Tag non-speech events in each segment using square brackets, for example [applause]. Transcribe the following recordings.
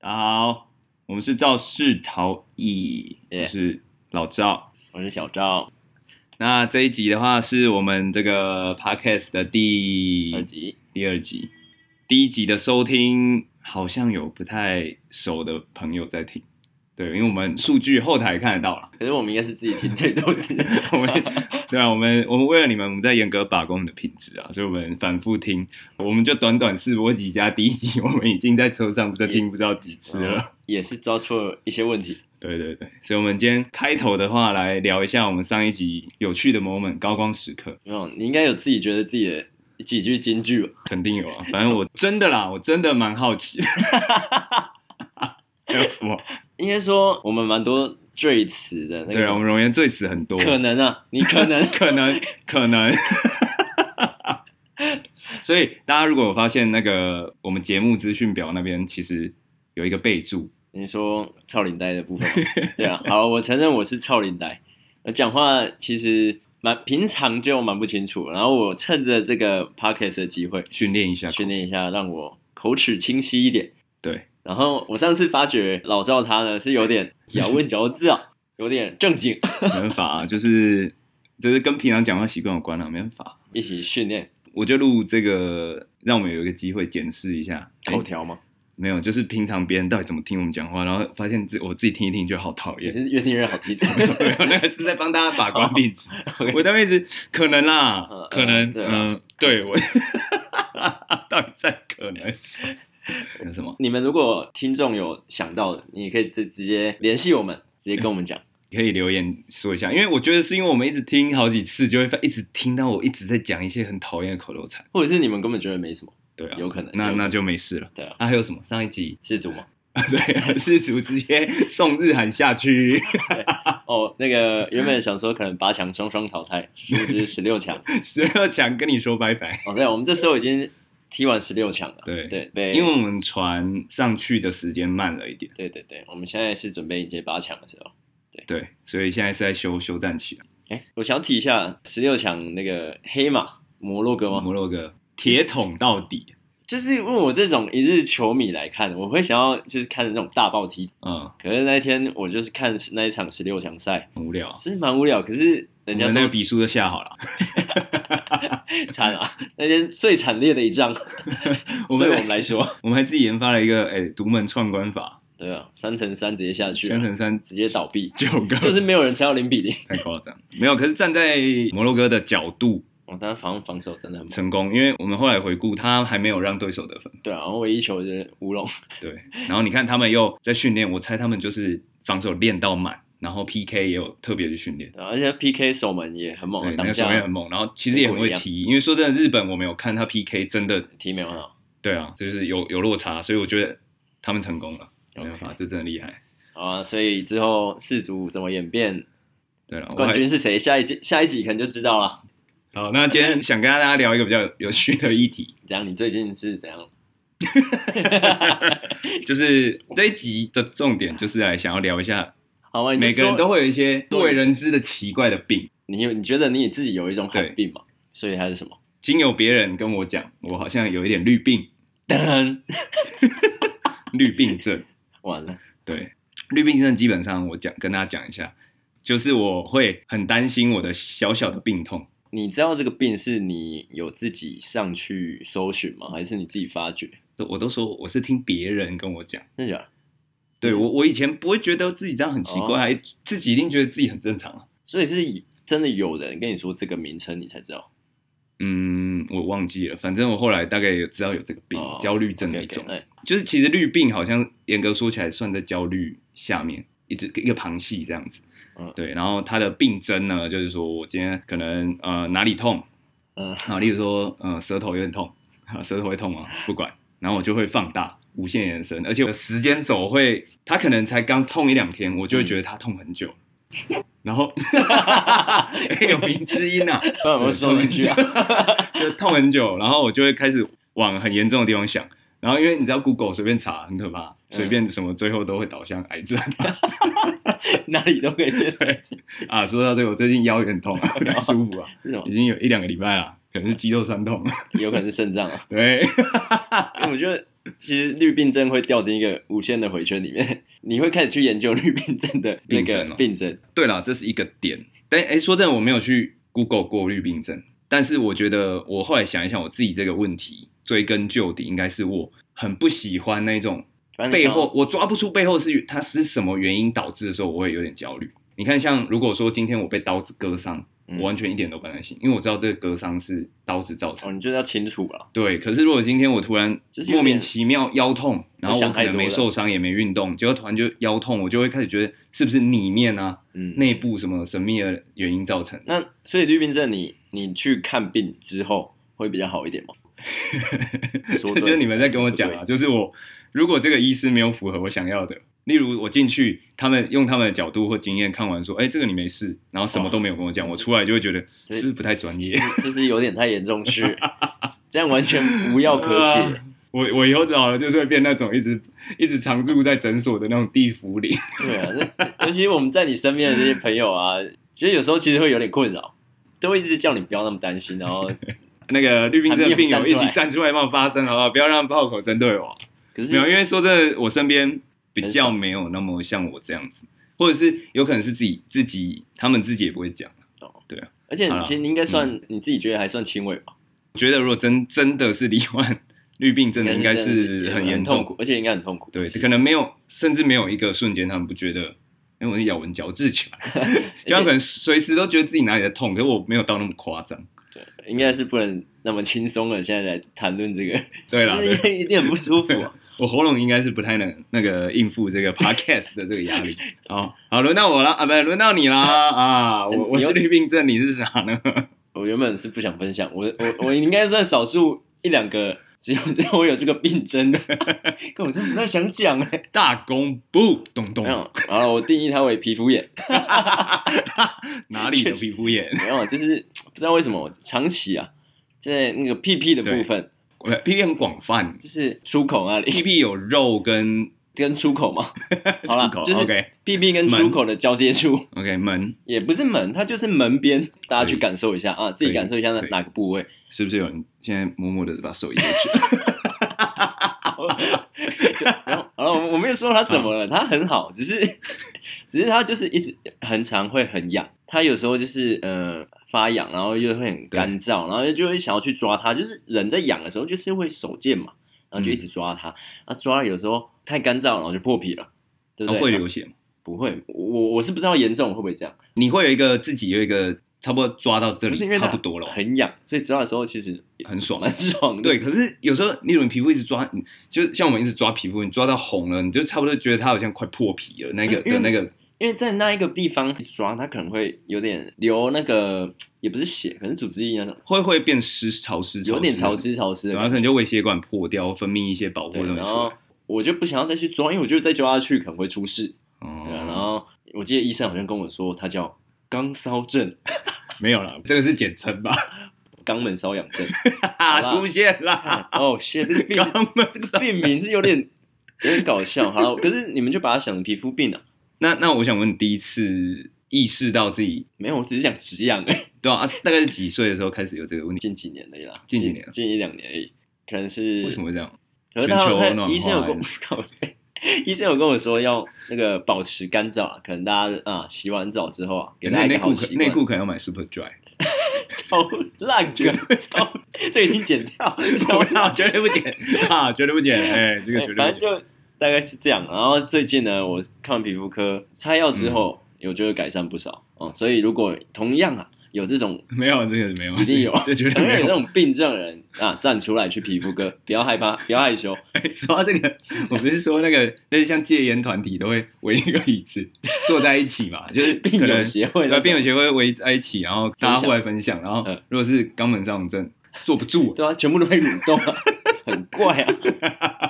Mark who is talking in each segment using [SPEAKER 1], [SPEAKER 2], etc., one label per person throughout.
[SPEAKER 1] 大家好，我们是肇事逃逸，
[SPEAKER 2] Yeah
[SPEAKER 1] 我是老赵。
[SPEAKER 2] 我是小赵，
[SPEAKER 1] 那这一集的话，是我们这个 podcast 的第
[SPEAKER 2] 二级
[SPEAKER 1] 第二集。第一集的收听好像有不太熟的朋友在听，对，因为我们数据后台看得到了。。
[SPEAKER 2] 可是我们应该是自己听最多次
[SPEAKER 1] [laughs] 我 [laughs] 们对啊，我们我们为了你们，我们在严格把控你的品质啊，所以我们反复听，我们就短短试播几加第一集，我们已经在车上在听不知道几次了。
[SPEAKER 2] 嗯也是抓错了一些问题，
[SPEAKER 1] 对对对，所以我们今天开头的话来聊一下我们上一集有趣的 moment 高光时刻，
[SPEAKER 2] 没有，你应该有自己觉得自己的几句金句吧？
[SPEAKER 1] 肯定有
[SPEAKER 2] [laughs]
[SPEAKER 1] 啊。反正我真的啦，我真的蛮好奇的。还有什么？
[SPEAKER 2] 应该说我们蛮多赘词的，那个、
[SPEAKER 1] 对啊，我们容颜最词很多，
[SPEAKER 2] 可能啊，你可能 [laughs]
[SPEAKER 1] 可能可能。所以大家如果有发现那个我们节目资讯表那边其实有一个备注，
[SPEAKER 2] 你说操领带的部分吗，
[SPEAKER 1] [laughs]
[SPEAKER 2] 对啊，好，我承认我是操领带，我讲话其实蛮平常就蛮不清楚，然后我趁着这个 podcast 的机会
[SPEAKER 1] 训练一下口。
[SPEAKER 2] 训练一下，让我口齿清晰一点。
[SPEAKER 1] 对，
[SPEAKER 2] 然后我上次发觉老赵他呢是有
[SPEAKER 1] [laughs]
[SPEAKER 2] 点咬文嚼字啊，有点正经，
[SPEAKER 1] 没办法、啊，就是就是跟平常讲话习惯有关啊了、没办法。
[SPEAKER 2] 一起训练
[SPEAKER 1] 我就录这个，让我们有一个机会检视一下。诶
[SPEAKER 2] 口条吗？
[SPEAKER 1] 没有，就是平常别人到底怎么听我们讲话，然后发现自我自己听一听就好讨
[SPEAKER 2] 也
[SPEAKER 1] 厌。
[SPEAKER 2] 是越听越好听。
[SPEAKER 1] [laughs] 没有，那个是在帮大家把关品质。我当时一直可能啦
[SPEAKER 2] 哦嗯，
[SPEAKER 1] 可能，
[SPEAKER 2] 嗯对啊
[SPEAKER 1] 嗯，对我到底在可能是有什么？
[SPEAKER 2] [laughs] 你们如果听众有想到的，你也可以直直接联系我们，直接跟我们讲。
[SPEAKER 1] 可以留言说一下，因为我觉得是因为我们一直听好几次，就会一直听到我一直在讲一些很讨厌的口头禅。
[SPEAKER 2] 或者是你们根本觉得没什么，
[SPEAKER 1] 对啊，
[SPEAKER 2] 有可能
[SPEAKER 1] 那
[SPEAKER 2] 有
[SPEAKER 1] 那就没事了。
[SPEAKER 2] 对啊，
[SPEAKER 1] 啊，还有什么？上一集
[SPEAKER 2] 是主吗？
[SPEAKER 1] [laughs] 对，世祖直接送日韩下去，
[SPEAKER 2] 哦，那个原本想说可能八强双双淘汰，殊不知十六强。
[SPEAKER 1] 十二强跟你说拜拜。
[SPEAKER 2] 哦，对，我们这时候已经踢完十六强了。
[SPEAKER 1] 对
[SPEAKER 2] 对对，
[SPEAKER 1] 因为我们船上去的时间慢了一点。
[SPEAKER 2] 对对对，我们现在是准备迎接八强的时候。
[SPEAKER 1] 对，所以现在是在休休战期了。
[SPEAKER 2] 哎，我想提一下十六强那个黑马摩洛哥吗？
[SPEAKER 1] 摩洛哥铁桶到底，
[SPEAKER 2] 就是问我这种一日球迷来看，我会想要就是看那种大爆踢。
[SPEAKER 1] 嗯，
[SPEAKER 2] 可是那一天我就是看那一场十六强赛，
[SPEAKER 1] 很无聊。啊
[SPEAKER 2] 是蛮无聊。可是人家
[SPEAKER 1] 我们那
[SPEAKER 2] 说
[SPEAKER 1] 个比数就下好了，
[SPEAKER 2] 惨啊，那天最惨烈的一仗，
[SPEAKER 1] 我
[SPEAKER 2] 对
[SPEAKER 1] 们
[SPEAKER 2] 我们来说，
[SPEAKER 1] 我们还自己研发了一个哎独门创关法，
[SPEAKER 2] 对啊，三乘三直接下去啊，
[SPEAKER 1] 三乘三
[SPEAKER 2] 直接倒闭，
[SPEAKER 1] 九个，
[SPEAKER 2] 就是没有人猜到零比零。
[SPEAKER 1] 太夸张。没有，可是站在摩洛哥的角度
[SPEAKER 2] 我当时哦防防守真的很猛，
[SPEAKER 1] 成功，因为我们后来回顾，他还没有让对手得分。
[SPEAKER 2] 对啊，然后唯一球就是乌龙，
[SPEAKER 1] 对，然后你看他们又在训练，我猜他们就是防守练到满，然后 PK 也有特别的训练。
[SPEAKER 2] 对啊而且 PK 守门也很猛
[SPEAKER 1] 对，
[SPEAKER 2] 啊，
[SPEAKER 1] 那个
[SPEAKER 2] 当
[SPEAKER 1] 守门
[SPEAKER 2] 下
[SPEAKER 1] 很猛，然后其实也很会踢，因为说真的，日本我们有看他 PK，真的
[SPEAKER 2] 踢没有很好。
[SPEAKER 1] 对啊，就是有有落差，所以我觉得他们成功了，没
[SPEAKER 2] OK
[SPEAKER 1] 办法，这真的厉害。
[SPEAKER 2] 好啊，所以之后世足怎么演变，
[SPEAKER 1] 对了，我
[SPEAKER 2] 冠
[SPEAKER 1] 还
[SPEAKER 2] 军是谁，下一集下一集可能就知道了。
[SPEAKER 1] 好，那今天想跟大家聊一个比较有趣的议题，
[SPEAKER 2] 怎样？你最近是怎样？
[SPEAKER 1] 就是这一集的重点就是来想要聊一下，
[SPEAKER 2] 好啊哎吗？你
[SPEAKER 1] 每
[SPEAKER 2] 就
[SPEAKER 1] 个人
[SPEAKER 2] 说
[SPEAKER 1] 都会有一些不为人知的奇怪的病，
[SPEAKER 2] 你有你觉得你自己有一种罕病嘛？所以它是什么？
[SPEAKER 1] 经由别人跟我讲，我好像有一点绿病，
[SPEAKER 2] 噔，
[SPEAKER 1] 绿病症。
[SPEAKER 2] 完了，
[SPEAKER 1] 对，绿病症基本上我讲跟大家讲一下，就是我会很担心我的小小的病痛。
[SPEAKER 2] 你知道这个病是你有自己上去搜寻吗？还是你自己发觉？
[SPEAKER 1] 都我都说我是听别人跟我讲，
[SPEAKER 2] 真的假的？嗯
[SPEAKER 1] 对我我以前不会觉得自己这样很奇
[SPEAKER 2] 哦
[SPEAKER 1] 怪，自己一定觉得自己很正常啊。
[SPEAKER 2] 所以是真的有人跟你说这个名称，你才知道
[SPEAKER 1] 嗯，我忘记了，反正我后来大概有知道有这个病，
[SPEAKER 2] 哦
[SPEAKER 1] 焦虑症的
[SPEAKER 2] OK，OK，
[SPEAKER 1] 一种。
[SPEAKER 2] 哎，
[SPEAKER 1] 就是其实绿病好像严格说起来算在焦虑下面，一只一个旁系这样子。
[SPEAKER 2] 嗯
[SPEAKER 1] 对，然后它的病征呢，就是说我今天可能呃哪里痛，
[SPEAKER 2] 嗯，
[SPEAKER 1] 啊，例如说，呃，舌头有点痛，啊，舌头会痛吗？不管，然后我就会放大，无限延伸，而且我时间轴会，它可能才刚痛一两天，我就会觉得它痛很久，然后 [laughs] 有名之音啊，
[SPEAKER 2] 不然有没有说进去啊？
[SPEAKER 1] 就痛很久，然后我就会开始往很严重的地方想，然后因为你知道 Google 随便查很可怕，随便什么最后都会导向癌症 [laughs]
[SPEAKER 2] [laughs] 哪里都可以变
[SPEAKER 1] 对啊。说到这个，我最近腰有点痛啊，有点舒服啊，
[SPEAKER 2] 是什么
[SPEAKER 1] 已？经有一两个礼拜了，可能是肌肉酸痛，
[SPEAKER 2] 有可能是肾脏啊。
[SPEAKER 1] 对。
[SPEAKER 2] [laughs] 因为我觉得其实绿病症会掉进一个无限的回圈里面， [laughs] 你会开始去研究绿病症的那
[SPEAKER 1] 病
[SPEAKER 2] 个
[SPEAKER 1] 症哦
[SPEAKER 2] 病症。
[SPEAKER 1] 对啦，这是一个点。但哎、诶说真的，我没有去 Google 过绿病症，但是我觉得我后来想一想，我自己这个问题追根究底，应该是我很不喜欢那种
[SPEAKER 2] 反正
[SPEAKER 1] 背
[SPEAKER 2] 像
[SPEAKER 1] 后我抓不出背后是它是什么原因导致的时候，我会有点焦虑。你看，像如果说今天我被刀子割伤，
[SPEAKER 2] 嗯
[SPEAKER 1] 我完全一点都不担心，因为我知道这个割伤是刀子造
[SPEAKER 2] 哦，
[SPEAKER 1] 成的。
[SPEAKER 2] 你就是要清楚了。
[SPEAKER 1] 对，可是如果今天我突然
[SPEAKER 2] 哦就是有
[SPEAKER 1] 莫
[SPEAKER 2] 点
[SPEAKER 1] 名其妙腰痛，然后
[SPEAKER 2] 想
[SPEAKER 1] 我可
[SPEAKER 2] 太
[SPEAKER 1] 能
[SPEAKER 2] 多
[SPEAKER 1] 没
[SPEAKER 2] 了
[SPEAKER 1] 受伤也没运动，结果突然就腰痛，我就会开始觉得是不是里面啊
[SPEAKER 2] 嗯，
[SPEAKER 1] 内部什么神秘的原因造成的？
[SPEAKER 2] 那所以绿病症你，你去看病之后会比较好一
[SPEAKER 1] [laughs]
[SPEAKER 2] 点吗？说
[SPEAKER 1] 就
[SPEAKER 2] 对
[SPEAKER 1] 是你们在跟我讲
[SPEAKER 2] 说
[SPEAKER 1] 啊，就是我如果这个医师没有符合我想要的，例如我进去，他们用他们的角度或经验看完说，哎、这个你没事，然后什么都没有跟
[SPEAKER 2] 哦
[SPEAKER 1] 我讲，我出来就会觉得
[SPEAKER 2] 这
[SPEAKER 1] 是不是不太专业？
[SPEAKER 2] 这是有点太严重
[SPEAKER 1] [laughs]
[SPEAKER 2] 是这样完全无药可解。
[SPEAKER 1] 我我以后老了就是会变那种一直一直常住在诊所的那种地府里。 [laughs]
[SPEAKER 2] 对啊，那尤其我们在你身边的这些朋友啊，其实有时候其实会有点困扰，都会一直叫你不要那么担心，然后
[SPEAKER 1] 那个绿病症病友一
[SPEAKER 2] 还没
[SPEAKER 1] 起
[SPEAKER 2] 有站出来
[SPEAKER 1] 站出来帮我发声，好不好？不要让炮口针对我。[laughs]
[SPEAKER 2] 可
[SPEAKER 1] 没有，
[SPEAKER 2] 是
[SPEAKER 1] 因为说真的，我身边比
[SPEAKER 2] 很少
[SPEAKER 1] 较没有那么像我这样子，或者是有可能是自己自己他们自己也不会讲。啊
[SPEAKER 2] 而且
[SPEAKER 1] 好啦
[SPEAKER 2] 其实你应该
[SPEAKER 1] 嗯
[SPEAKER 2] 算、你自己觉得还算轻微吧，
[SPEAKER 1] 我觉得如果真真的是罹患 [laughs] 绿病症的，嗯应该是很严
[SPEAKER 2] 痛
[SPEAKER 1] 重
[SPEAKER 2] 苦，，而且应该很痛苦。
[SPEAKER 1] 对，
[SPEAKER 2] 其实
[SPEAKER 1] 可能没有，甚至没有一个瞬间他们不觉得，因为我是咬文嚼字起
[SPEAKER 2] [laughs]
[SPEAKER 1] 来，就他们可能随时都觉得自己哪里在痛，可是我没有到那么夸张。
[SPEAKER 2] 应该是不能那么轻松的现在来谈论这个，
[SPEAKER 1] 对啦，
[SPEAKER 2] 就是
[SPEAKER 1] 对
[SPEAKER 2] [laughs] 一定很不舒服、
[SPEAKER 1] [laughs]
[SPEAKER 2] 啊。
[SPEAKER 1] 我喉咙应该是不太能那个应付这个 podcast 的这个压力。好，好，轮到我了啊，不，轮到你啦
[SPEAKER 2] [laughs]
[SPEAKER 1] 啊！我我
[SPEAKER 2] 你
[SPEAKER 1] 是
[SPEAKER 2] 有
[SPEAKER 1] 绿病症，你是啥呢？
[SPEAKER 2] 我原本是不想分享，我我我应该算少数一两个，只有 [laughs] 只有我有这个病症的， [laughs] 可我真的不太想讲哎、
[SPEAKER 1] 大公布，咚
[SPEAKER 2] 没有
[SPEAKER 1] 咚，，
[SPEAKER 2] 然后我定义它为皮肤炎，
[SPEAKER 1] 哪里的皮肤炎？ [laughs]
[SPEAKER 2] 没有，就是不知道为什么长期啊，在那个屁屁的部分，
[SPEAKER 1] 我屁屁很广泛，
[SPEAKER 2] 就是出口那
[SPEAKER 1] 屁
[SPEAKER 2] 里
[SPEAKER 1] 屁有肉跟
[SPEAKER 2] 跟出口
[SPEAKER 1] [laughs]
[SPEAKER 2] 嘛，好啦
[SPEAKER 1] 出口
[SPEAKER 2] 就是
[SPEAKER 1] OK
[SPEAKER 2] 屁屁跟出口的交
[SPEAKER 1] [laughs]
[SPEAKER 2] 接处，
[SPEAKER 1] OK 门
[SPEAKER 2] 也不是门，它就是门边，大家去
[SPEAKER 1] 对
[SPEAKER 2] 感受一下啊，自己
[SPEAKER 1] 对
[SPEAKER 2] 感受一下那
[SPEAKER 1] 对
[SPEAKER 2] 哪个部位， [laughs]
[SPEAKER 1] 是不是有人现在默默的把手移过去？
[SPEAKER 2] 就然后，然后我我没有说他怎么了，他很好，只是 [laughs] 只是他就是一直很常会很痒，他有时候就是呃发痒，然后又会很干燥，然后就会想要去抓它，就是人在痒的时候就是会手贱嘛，然后就一直抓
[SPEAKER 1] 嗯
[SPEAKER 2] 它，啊抓了有时候太干燥，然后就破皮了，对不
[SPEAKER 1] 它
[SPEAKER 2] 对？
[SPEAKER 1] 哦会流血吗？
[SPEAKER 2] 不会，我我是不知道严重会不会这样，
[SPEAKER 1] 你会有一个自己有一个差不多抓到这
[SPEAKER 2] 不
[SPEAKER 1] 里
[SPEAKER 2] 是因为它
[SPEAKER 1] 差不多了，
[SPEAKER 2] 很痒，所以抓的时候其实
[SPEAKER 1] 很爽
[SPEAKER 2] 蛮。爽的。
[SPEAKER 1] 对，，可是有时候你如果你皮肤一直抓，你就是像我们一直抓皮肤，你抓到红了，你就差不多觉得它好像快破皮了，那个
[SPEAKER 2] 嗯因为
[SPEAKER 1] 的那个
[SPEAKER 2] 因为在那一个地方抓，它可能会有点流那个也不是血，可能组织液那种。
[SPEAKER 1] 会会变湿潮湿，
[SPEAKER 2] 有点潮
[SPEAKER 1] 潮，
[SPEAKER 2] 湿潮湿的
[SPEAKER 1] 然后
[SPEAKER 2] 感
[SPEAKER 1] 啊可
[SPEAKER 2] 觉
[SPEAKER 1] 能就胃血管破掉，分泌一些保护
[SPEAKER 2] 对
[SPEAKER 1] 的东西出
[SPEAKER 2] 然后
[SPEAKER 1] 来。
[SPEAKER 2] 我就不想要再去抓，因为我觉得再抓下去可能会出事。对啊，然
[SPEAKER 1] 哦，
[SPEAKER 2] 后我记得医生好像跟我说，他叫肛瘙症，
[SPEAKER 1] 没有了，这个是简称吧？
[SPEAKER 2] 肛门瘙痒
[SPEAKER 1] [laughs]
[SPEAKER 2] 症。
[SPEAKER 1] 哈
[SPEAKER 2] 啦
[SPEAKER 1] 哈，出现
[SPEAKER 2] [laughs]
[SPEAKER 1] 啦，
[SPEAKER 2] 哦，shit，这个病
[SPEAKER 1] 肛门
[SPEAKER 2] 这个病名是有点有点搞笑。好了，可是你们就把它想成皮肤病啊？
[SPEAKER 1] 那那我想问，你第一次意识到自己
[SPEAKER 2] 没有，我只是想止痒而已。 [laughs]
[SPEAKER 1] 对啊，啊大概是几岁的时候开始有这个问题？
[SPEAKER 2] 近几年而已啦，
[SPEAKER 1] 近几年啊
[SPEAKER 2] 近一两年而已，可能是
[SPEAKER 1] 为什么会这样？
[SPEAKER 2] 可是他
[SPEAKER 1] 全球
[SPEAKER 2] 他
[SPEAKER 1] 暖化
[SPEAKER 2] 医生有跟 [laughs] 我
[SPEAKER 1] 还
[SPEAKER 2] 靠背医生有跟我说要那个保持干燥啊，可能大家啊洗完澡之后啊，给大
[SPEAKER 1] 那
[SPEAKER 2] 家一
[SPEAKER 1] 内
[SPEAKER 2] 个好
[SPEAKER 1] 裤可
[SPEAKER 2] 习惯。
[SPEAKER 1] 内裤可能要买 Super Dry， [laughs]
[SPEAKER 2] 超烂梗，超这已经剪掉，超
[SPEAKER 1] 啊，
[SPEAKER 2] 烂。
[SPEAKER 1] 绝对不剪啊，绝对不剪，哎， [laughs] 这个绝对
[SPEAKER 2] 反
[SPEAKER 1] 不
[SPEAKER 2] 正
[SPEAKER 1] 剪。
[SPEAKER 2] 就大概是这样。然后最近呢，我看完皮肤科擦药
[SPEAKER 1] 嗯
[SPEAKER 2] 之后，有觉得改善不少哦、所以如果同样啊有这种
[SPEAKER 1] 没有这个没有，
[SPEAKER 2] 一定有
[SPEAKER 1] 这绝 [laughs] 对
[SPEAKER 2] 同样
[SPEAKER 1] 没
[SPEAKER 2] 有这
[SPEAKER 1] 有。
[SPEAKER 2] 种病症的人啊，站出来去皮肤科，不要害怕，不要害羞。
[SPEAKER 1] [laughs] 说到这个，我不是说那个类似像戒烟团体都会围一个椅子坐在一起嘛，
[SPEAKER 2] [laughs]
[SPEAKER 1] 就是
[SPEAKER 2] 病
[SPEAKER 1] 可
[SPEAKER 2] 友
[SPEAKER 1] 能
[SPEAKER 2] 协会
[SPEAKER 1] 对啊
[SPEAKER 2] 的
[SPEAKER 1] 病友协会围在一起，然后大家
[SPEAKER 2] 分享
[SPEAKER 1] 互来分享，然后
[SPEAKER 2] 嗯
[SPEAKER 1] 如果是肛门上症坐不住，
[SPEAKER 2] 对啊，全部都会蠕动
[SPEAKER 1] [laughs]
[SPEAKER 2] 啊，很怪啊。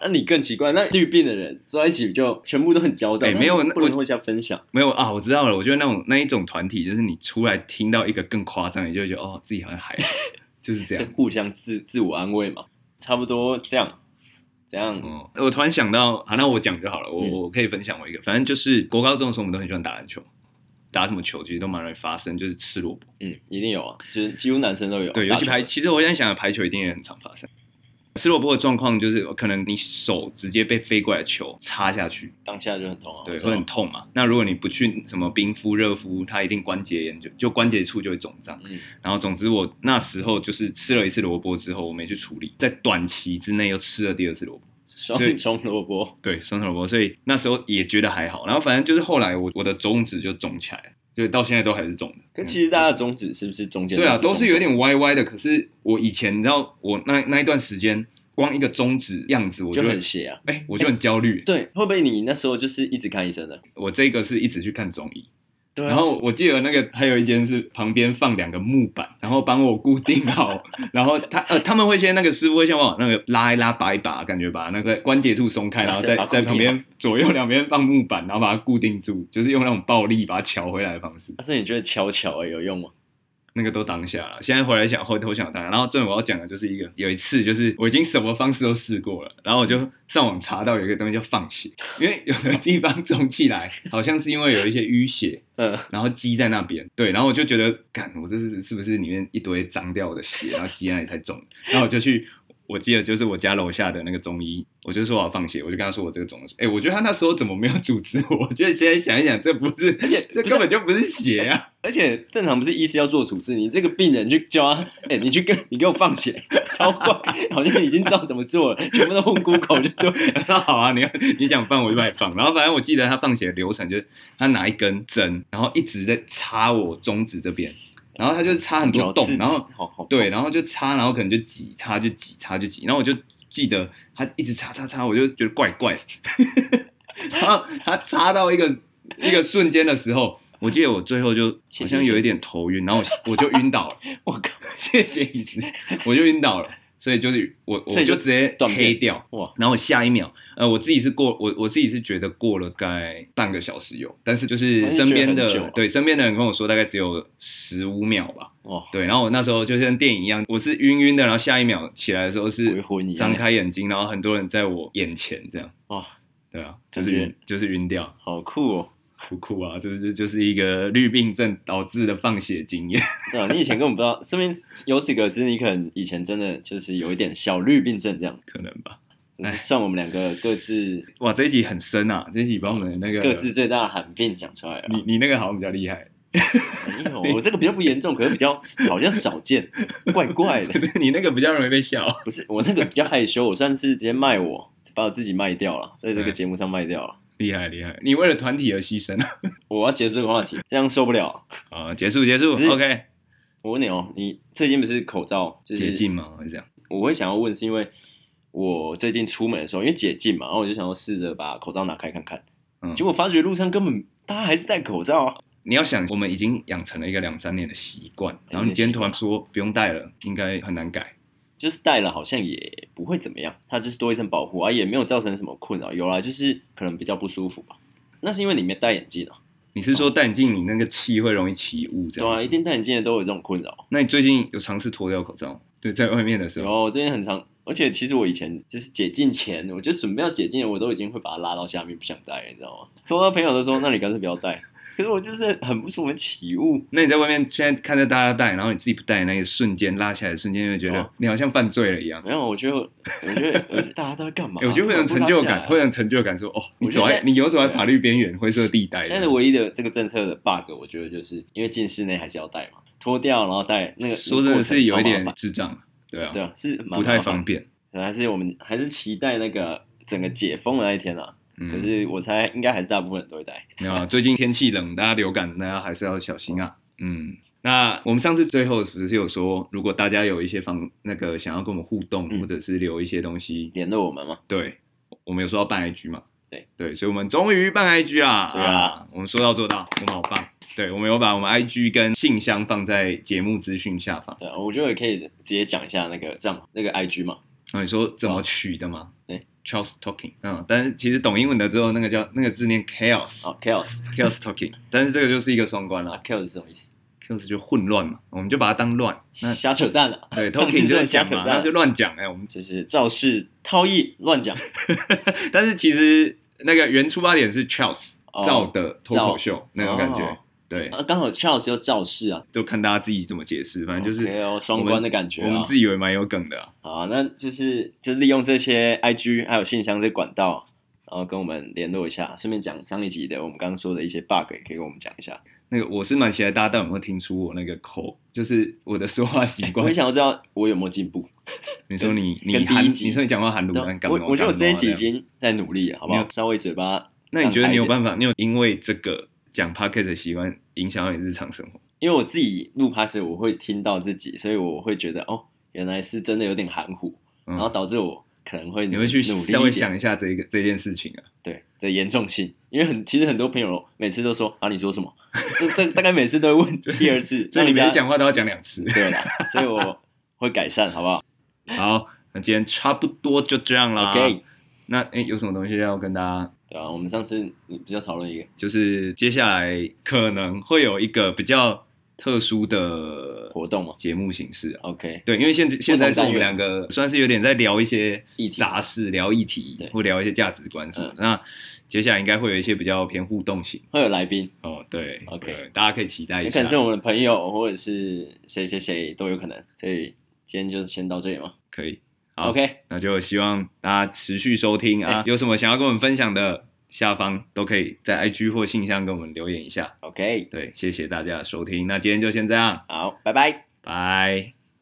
[SPEAKER 2] 那你更奇怪，那绿病的人坐在一起就全部都很焦躁，
[SPEAKER 1] 哎没有那
[SPEAKER 2] 不能互相分享。
[SPEAKER 1] 没有啊，我知道了。我觉得那种那一种团体，就是你出来听到一个更夸张，你就会觉得哦，自己好像还好就是这
[SPEAKER 2] 在
[SPEAKER 1] 样。
[SPEAKER 2] 互相自自我安慰嘛，差不多这样，这样，
[SPEAKER 1] 哦，我突然想到，啊，那我讲就好了，我、
[SPEAKER 2] 嗯
[SPEAKER 1] 我可以分享我一个，反正就是国高中的时候，我们都很喜欢打篮球，打什么球其实都蛮容易发生，就是吃萝卜。
[SPEAKER 2] 嗯，一定有啊，就是几乎男生都有，
[SPEAKER 1] 对，尤其
[SPEAKER 2] 大
[SPEAKER 1] 排，
[SPEAKER 2] 学
[SPEAKER 1] 其实我现在想，排球一定也很常发生。斯洛波的状况就是，可能你手直接被飞过来的球插下去，
[SPEAKER 2] 当下就很痛啊，
[SPEAKER 1] 对，
[SPEAKER 2] 我知
[SPEAKER 1] 会
[SPEAKER 2] 道
[SPEAKER 1] 很痛嘛。那如果你不去什么冰敷、热敷，它一定关节炎就就关节处就会肿胀。
[SPEAKER 2] 嗯
[SPEAKER 1] 然后总之我那时候就是吃了一次萝卜之后，我没去处理，在短期之内又吃了第二次萝卜。所以嗯
[SPEAKER 2] 双重萝卜，
[SPEAKER 1] 对，双头萝卜，所以那时候也觉得还好。然后反正就是后来我我的中指就肿起来了，就到现在都还是肿的。嗯
[SPEAKER 2] 可其实大家的中指是不是中间
[SPEAKER 1] 对啊，都
[SPEAKER 2] 都是
[SPEAKER 1] 是
[SPEAKER 2] 中
[SPEAKER 1] 有点歪歪的。可是我以前你知道，我那那一段时间，光一个中指样子，我
[SPEAKER 2] 就
[SPEAKER 1] 会
[SPEAKER 2] 很斜啊？
[SPEAKER 1] 哎、我就很焦虑。
[SPEAKER 2] 对，会不会你那时候就是一直看医生的？
[SPEAKER 1] 我这个是一直去看中医，
[SPEAKER 2] 对啊
[SPEAKER 1] 然后我记得那个还有一间是旁边放两个木板，然后帮我固定
[SPEAKER 2] [laughs]
[SPEAKER 1] 好，然后他呃他们会先那个师傅会先帮我那个拉一拉拔一拔，感觉把那个关节处松开，然后
[SPEAKER 2] 对
[SPEAKER 1] 在
[SPEAKER 2] 把它固
[SPEAKER 1] 在
[SPEAKER 2] 定
[SPEAKER 1] 旁边左右两边放木板，然后把它固定住，就是用那种暴力把它撬回来的方式，
[SPEAKER 2] 啊所以你觉得敲敲欸有用吗？
[SPEAKER 1] 那个都当下了。现在回来想后头想当下，然后正我要讲的就是一个有一次就是我已经什么方式都试过了，然后我就上网查到有一个东西叫放血，因为有的地方肿起来好像是因为有一些淤血。
[SPEAKER 2] 嗯，
[SPEAKER 1] 然后积在那边，对，然后我就觉得，干，我这是是不是里面一堆脏掉的血，然后积在那里才肿？然后我就去，我记得就是我家楼下的那个中医，我就说我要放血，我就跟他说我这个肿了，哎，我觉得他那时候怎么没有组织我？ [laughs] 我觉得现在想一想，这不是， [laughs] 而且这根本就不是血啊！ [laughs]
[SPEAKER 2] 而且正常不是医师要做处置，你这个病人去叫他，哎、你去跟你给我放血，超怪，好像已经知道怎么做了，全部都问 Google 就对了。
[SPEAKER 1] 那好啊，你要你想放我就帮你放，然后反正我记得他放血的流程就是他拿一根针，然后一直在插我中指这边，然后他就插很多
[SPEAKER 2] 好刺
[SPEAKER 1] 洞
[SPEAKER 2] 激，
[SPEAKER 1] 然后
[SPEAKER 2] 好好
[SPEAKER 1] 对，然后就擦，然后可能就挤，擦就挤，擦就挤，然后我就记得他一直擦擦擦，我就觉得怪怪的， [laughs] 然后他擦到一个一个瞬间的时候，我记得我最后就好像有一点头晕，然后我我就晕倒了，
[SPEAKER 2] 我靠，
[SPEAKER 1] 谢谢医师，我就晕倒了，所以就是我
[SPEAKER 2] 所
[SPEAKER 1] 我
[SPEAKER 2] 以就
[SPEAKER 1] 就直接
[SPEAKER 2] 断片
[SPEAKER 1] 黑掉。
[SPEAKER 2] 哇，
[SPEAKER 1] 然后下一秒，呃，我自己是过我我自己是觉得过了大概半个小时有，但是就是
[SPEAKER 2] 还是
[SPEAKER 1] 身边
[SPEAKER 2] 哦觉得很
[SPEAKER 1] 的
[SPEAKER 2] 久
[SPEAKER 1] 对身边的人跟我说大概只有十五秒吧，
[SPEAKER 2] 哇，
[SPEAKER 1] 对，然后我那时候就像电影一样，我是晕晕的，然后下一秒起来的时候
[SPEAKER 2] 鬼
[SPEAKER 1] 是
[SPEAKER 2] 魂一样欸
[SPEAKER 1] 张开眼睛，然后很多人在我眼前这样，
[SPEAKER 2] 哇，
[SPEAKER 1] 对啊，就
[SPEAKER 2] 感
[SPEAKER 1] 是
[SPEAKER 2] 觉
[SPEAKER 1] 晕，就是晕掉，
[SPEAKER 2] 好酷哦！
[SPEAKER 1] 不酷啊，就是就是一个绿病症导致的放血经验， [laughs]
[SPEAKER 2] 对啊，你以前根本不知道，说明由此可知，你可能以前真的就是有一点小绿病症这样。
[SPEAKER 1] 可能吧。
[SPEAKER 2] 就是
[SPEAKER 1] 哎
[SPEAKER 2] 算我们两个各自
[SPEAKER 1] 哇，这一集很深啊，这一集把我们的那个
[SPEAKER 2] 各自最大的罕病讲出
[SPEAKER 1] [laughs]
[SPEAKER 2] 来了。
[SPEAKER 1] 你你那个好像比较厉害， [laughs]
[SPEAKER 2] 没有，我这个比较不严重，可是比较好像少见，怪怪的
[SPEAKER 1] 可。是你那个比较容易被笑。
[SPEAKER 2] 不是我那个比较害羞，我算是直接卖我，把我自己卖掉了，在这个
[SPEAKER 1] 嗯
[SPEAKER 2] 节目上卖掉了。
[SPEAKER 1] 厉害厉害，你为了团体而牺牲 [laughs]
[SPEAKER 2] 我要结束这个话题，这样受不了。
[SPEAKER 1] 啊！结束结束
[SPEAKER 2] 不是
[SPEAKER 1] ，OK，
[SPEAKER 2] 我问你哦，你最近不是口罩就
[SPEAKER 1] 解
[SPEAKER 2] 是
[SPEAKER 1] 禁吗？还是这样？
[SPEAKER 2] 我会想要问，是因为我最近出门的时候，因为解禁嘛，然后我就想要试着把口罩拿开看看，
[SPEAKER 1] 嗯
[SPEAKER 2] 结果发觉路上根本大家还是戴口罩啊。
[SPEAKER 1] 你要想，我们已经养成了一个两三年的习惯，
[SPEAKER 2] 哎
[SPEAKER 1] 然后你今天突然说不用戴了，应该很难改。
[SPEAKER 2] 就是戴了好像也不会怎么样，它就是多一层保护啊，也没有造成什么困扰。有啦，就是可能比较不舒服吧。那是因为你没戴眼镜啊，
[SPEAKER 1] 你是说戴眼镜你那个气会容易起雾这
[SPEAKER 2] 对啊，
[SPEAKER 1] 样
[SPEAKER 2] 一
[SPEAKER 1] 子？
[SPEAKER 2] 定戴眼镜的都有这种困扰。
[SPEAKER 1] 那你最近有尝试脱掉口罩吗？对，在外面的时
[SPEAKER 2] 然
[SPEAKER 1] 候，
[SPEAKER 2] 后最近很常，而且其实我以前就是解禁前，我就准备要解禁了，我都已经会把它拉到下面，不想戴，你知道吗？收到朋友都说，那你干脆不要
[SPEAKER 1] [laughs]
[SPEAKER 2] 戴。可是我就是很不舒服，很起雾。
[SPEAKER 1] 那你在外面现在看着大家戴，然后你自己不戴，那个瞬间拉起来的瞬间，就会觉得
[SPEAKER 2] 哦
[SPEAKER 1] 你好像犯罪了一样。
[SPEAKER 2] 没有，我觉得，我觉得，我觉得大家都在干
[SPEAKER 1] [laughs]
[SPEAKER 2] 嘛、
[SPEAKER 1] 欸我觉得会有成就感，
[SPEAKER 2] 会
[SPEAKER 1] 会有成就感说，哦，你
[SPEAKER 2] 我觉
[SPEAKER 1] 走
[SPEAKER 2] 得
[SPEAKER 1] 在
[SPEAKER 2] 现在
[SPEAKER 1] 你游走在法律边缘、灰色地带。
[SPEAKER 2] 现在的唯一的这个政策的 bug，我觉得就是因为进室内还是要戴嘛，脱掉然后戴那个，
[SPEAKER 1] 说真的是有一
[SPEAKER 2] 过程超麻
[SPEAKER 1] 点
[SPEAKER 2] 烦
[SPEAKER 1] 智障，对啊，
[SPEAKER 2] 对啊，是蛮
[SPEAKER 1] 不太
[SPEAKER 2] 麻烦
[SPEAKER 1] 方。便。
[SPEAKER 2] 可能还是我们还是期待那个整个解封的那一天啊。可
[SPEAKER 1] 嗯，
[SPEAKER 2] 是我猜应该还是大部分人都会戴。
[SPEAKER 1] 没有啊，最近天气冷，大家流感，大家还是要小心啊。嗯，那我们上次最后不是有说，如果大家有一些方那个想要跟我们互动，
[SPEAKER 2] 嗯
[SPEAKER 1] 或者是留一些东西，
[SPEAKER 2] 联络我们嘛，
[SPEAKER 1] 对，我们有说要办 IG 嘛？
[SPEAKER 2] 对
[SPEAKER 1] 对，所以我们终于办 IG 啦！
[SPEAKER 2] 是啊
[SPEAKER 1] 我们说到做到，我们好棒。对，我们有把我们 IG 跟信箱放在节目资讯下方。
[SPEAKER 2] 对啊，我觉得也可以直接讲一下那个账那个 IG 嘛，
[SPEAKER 1] 那你说怎么取的吗？
[SPEAKER 2] 对
[SPEAKER 1] ，Charles Talking。嗯，但是其实懂英文的之后，那个叫那个字念 chaos，chaos
[SPEAKER 2] 哦 chaos
[SPEAKER 1] Talking。但是这个就是一个双关
[SPEAKER 2] 啊
[SPEAKER 1] 啦
[SPEAKER 2] chaos 是什么意思？
[SPEAKER 1] ，chaos 就混乱嘛，我们就把它当乱。
[SPEAKER 2] [laughs]
[SPEAKER 1] 那
[SPEAKER 2] 瞎扯淡啊，
[SPEAKER 1] 对
[SPEAKER 2] 上次
[SPEAKER 1] ，talking 就是
[SPEAKER 2] 乱
[SPEAKER 1] 讲
[SPEAKER 2] 扯
[SPEAKER 1] 嘛，
[SPEAKER 2] 淡
[SPEAKER 1] 那就乱讲哎、我们
[SPEAKER 2] 就是肇事逃逸乱讲，
[SPEAKER 1] 但是其实那个原出发点是 Charles
[SPEAKER 2] 哦
[SPEAKER 1] 造的脱口秀那种感觉，
[SPEAKER 2] 哦
[SPEAKER 1] 对，
[SPEAKER 2] 啊刚好 Charles 又肇事啊，
[SPEAKER 1] 就看大家自己怎么解释，反正就是。
[SPEAKER 2] OK 哦双关的感觉
[SPEAKER 1] 我们
[SPEAKER 2] 啊
[SPEAKER 1] 自。己以为蛮有梗的啊、
[SPEAKER 2] 好啊，那就是就利用这些 IG 还有信箱这管道，然后跟我们联络一下，顺便讲上一集的我们刚刚说的一些 bug 也可以跟我们讲一下。
[SPEAKER 1] 那个我是蛮期待大家到底有没有听出我那个口，就是我的说话习
[SPEAKER 2] 哎我
[SPEAKER 1] 惯
[SPEAKER 2] 也。想要知道我有没有进步。
[SPEAKER 1] 你说你你
[SPEAKER 2] 跟第一
[SPEAKER 1] 含，
[SPEAKER 2] 集啊
[SPEAKER 1] 你说你讲话含卤蛋干嘛？
[SPEAKER 2] 我我觉得我这一集已
[SPEAKER 1] 干嘛样
[SPEAKER 2] 经在努力了，好不
[SPEAKER 1] 你
[SPEAKER 2] 好？稍微嘴巴，
[SPEAKER 1] 那你觉得你有
[SPEAKER 2] 上台一点
[SPEAKER 1] 办法？你有因为这个讲 p o c k e t 的习惯影响到你日常生活？
[SPEAKER 2] 因为我自己录 p o d 我会听到自己，所以我会觉得哦，原来是真的有点含糊，
[SPEAKER 1] 嗯
[SPEAKER 2] 然后导致我可能会
[SPEAKER 1] 你会去
[SPEAKER 2] 努力一
[SPEAKER 1] 稍微
[SPEAKER 2] 点
[SPEAKER 1] 想一下这个这件事情啊。
[SPEAKER 2] 对的严重性，因为很其实很多朋友每次都说啊，你说
[SPEAKER 1] [laughs]
[SPEAKER 2] 什么？这这大概每次都会问第二次，
[SPEAKER 1] 就
[SPEAKER 2] 那
[SPEAKER 1] 你每
[SPEAKER 2] 家
[SPEAKER 1] 次讲话都要讲两次。
[SPEAKER 2] 对啦，所以我会改善，好不好
[SPEAKER 1] 好，那今天差不多就这样啦。
[SPEAKER 2] ？OK，
[SPEAKER 1] 那诶，有什么东西要跟大家？
[SPEAKER 2] 对啊，我们上次你比较讨论一个
[SPEAKER 1] 就是接下来可能会有一个比较特殊的
[SPEAKER 2] 活动嘛
[SPEAKER 1] 节目形式啊。
[SPEAKER 2] ，OK，
[SPEAKER 1] 对，因为现现在是我
[SPEAKER 2] 单
[SPEAKER 1] 们
[SPEAKER 2] 元
[SPEAKER 1] 两个算是有点在聊一些
[SPEAKER 2] 议题
[SPEAKER 1] 杂事，聊议题
[SPEAKER 2] 对嗯
[SPEAKER 1] 或聊一些价值观什么的。那接下来应该会有一些比较偏互动型
[SPEAKER 2] 会有来宾，
[SPEAKER 1] 哦，对
[SPEAKER 2] OK
[SPEAKER 1] 对大家可以期待一
[SPEAKER 2] 也
[SPEAKER 1] 下
[SPEAKER 2] 可能。是我们的朋友或者是谁谁谁都有可能，所以今天就先到这里嘛
[SPEAKER 1] 可以，好
[SPEAKER 2] ，OK，
[SPEAKER 1] 那就希望大家持续收听啊，有什么想要跟我们分享的，下方都可以在 IG 或信箱跟我们留言一下。
[SPEAKER 2] OK，
[SPEAKER 1] 对，谢谢大家的收听，那今天就先这样，
[SPEAKER 2] 好，拜拜。
[SPEAKER 1] 拜。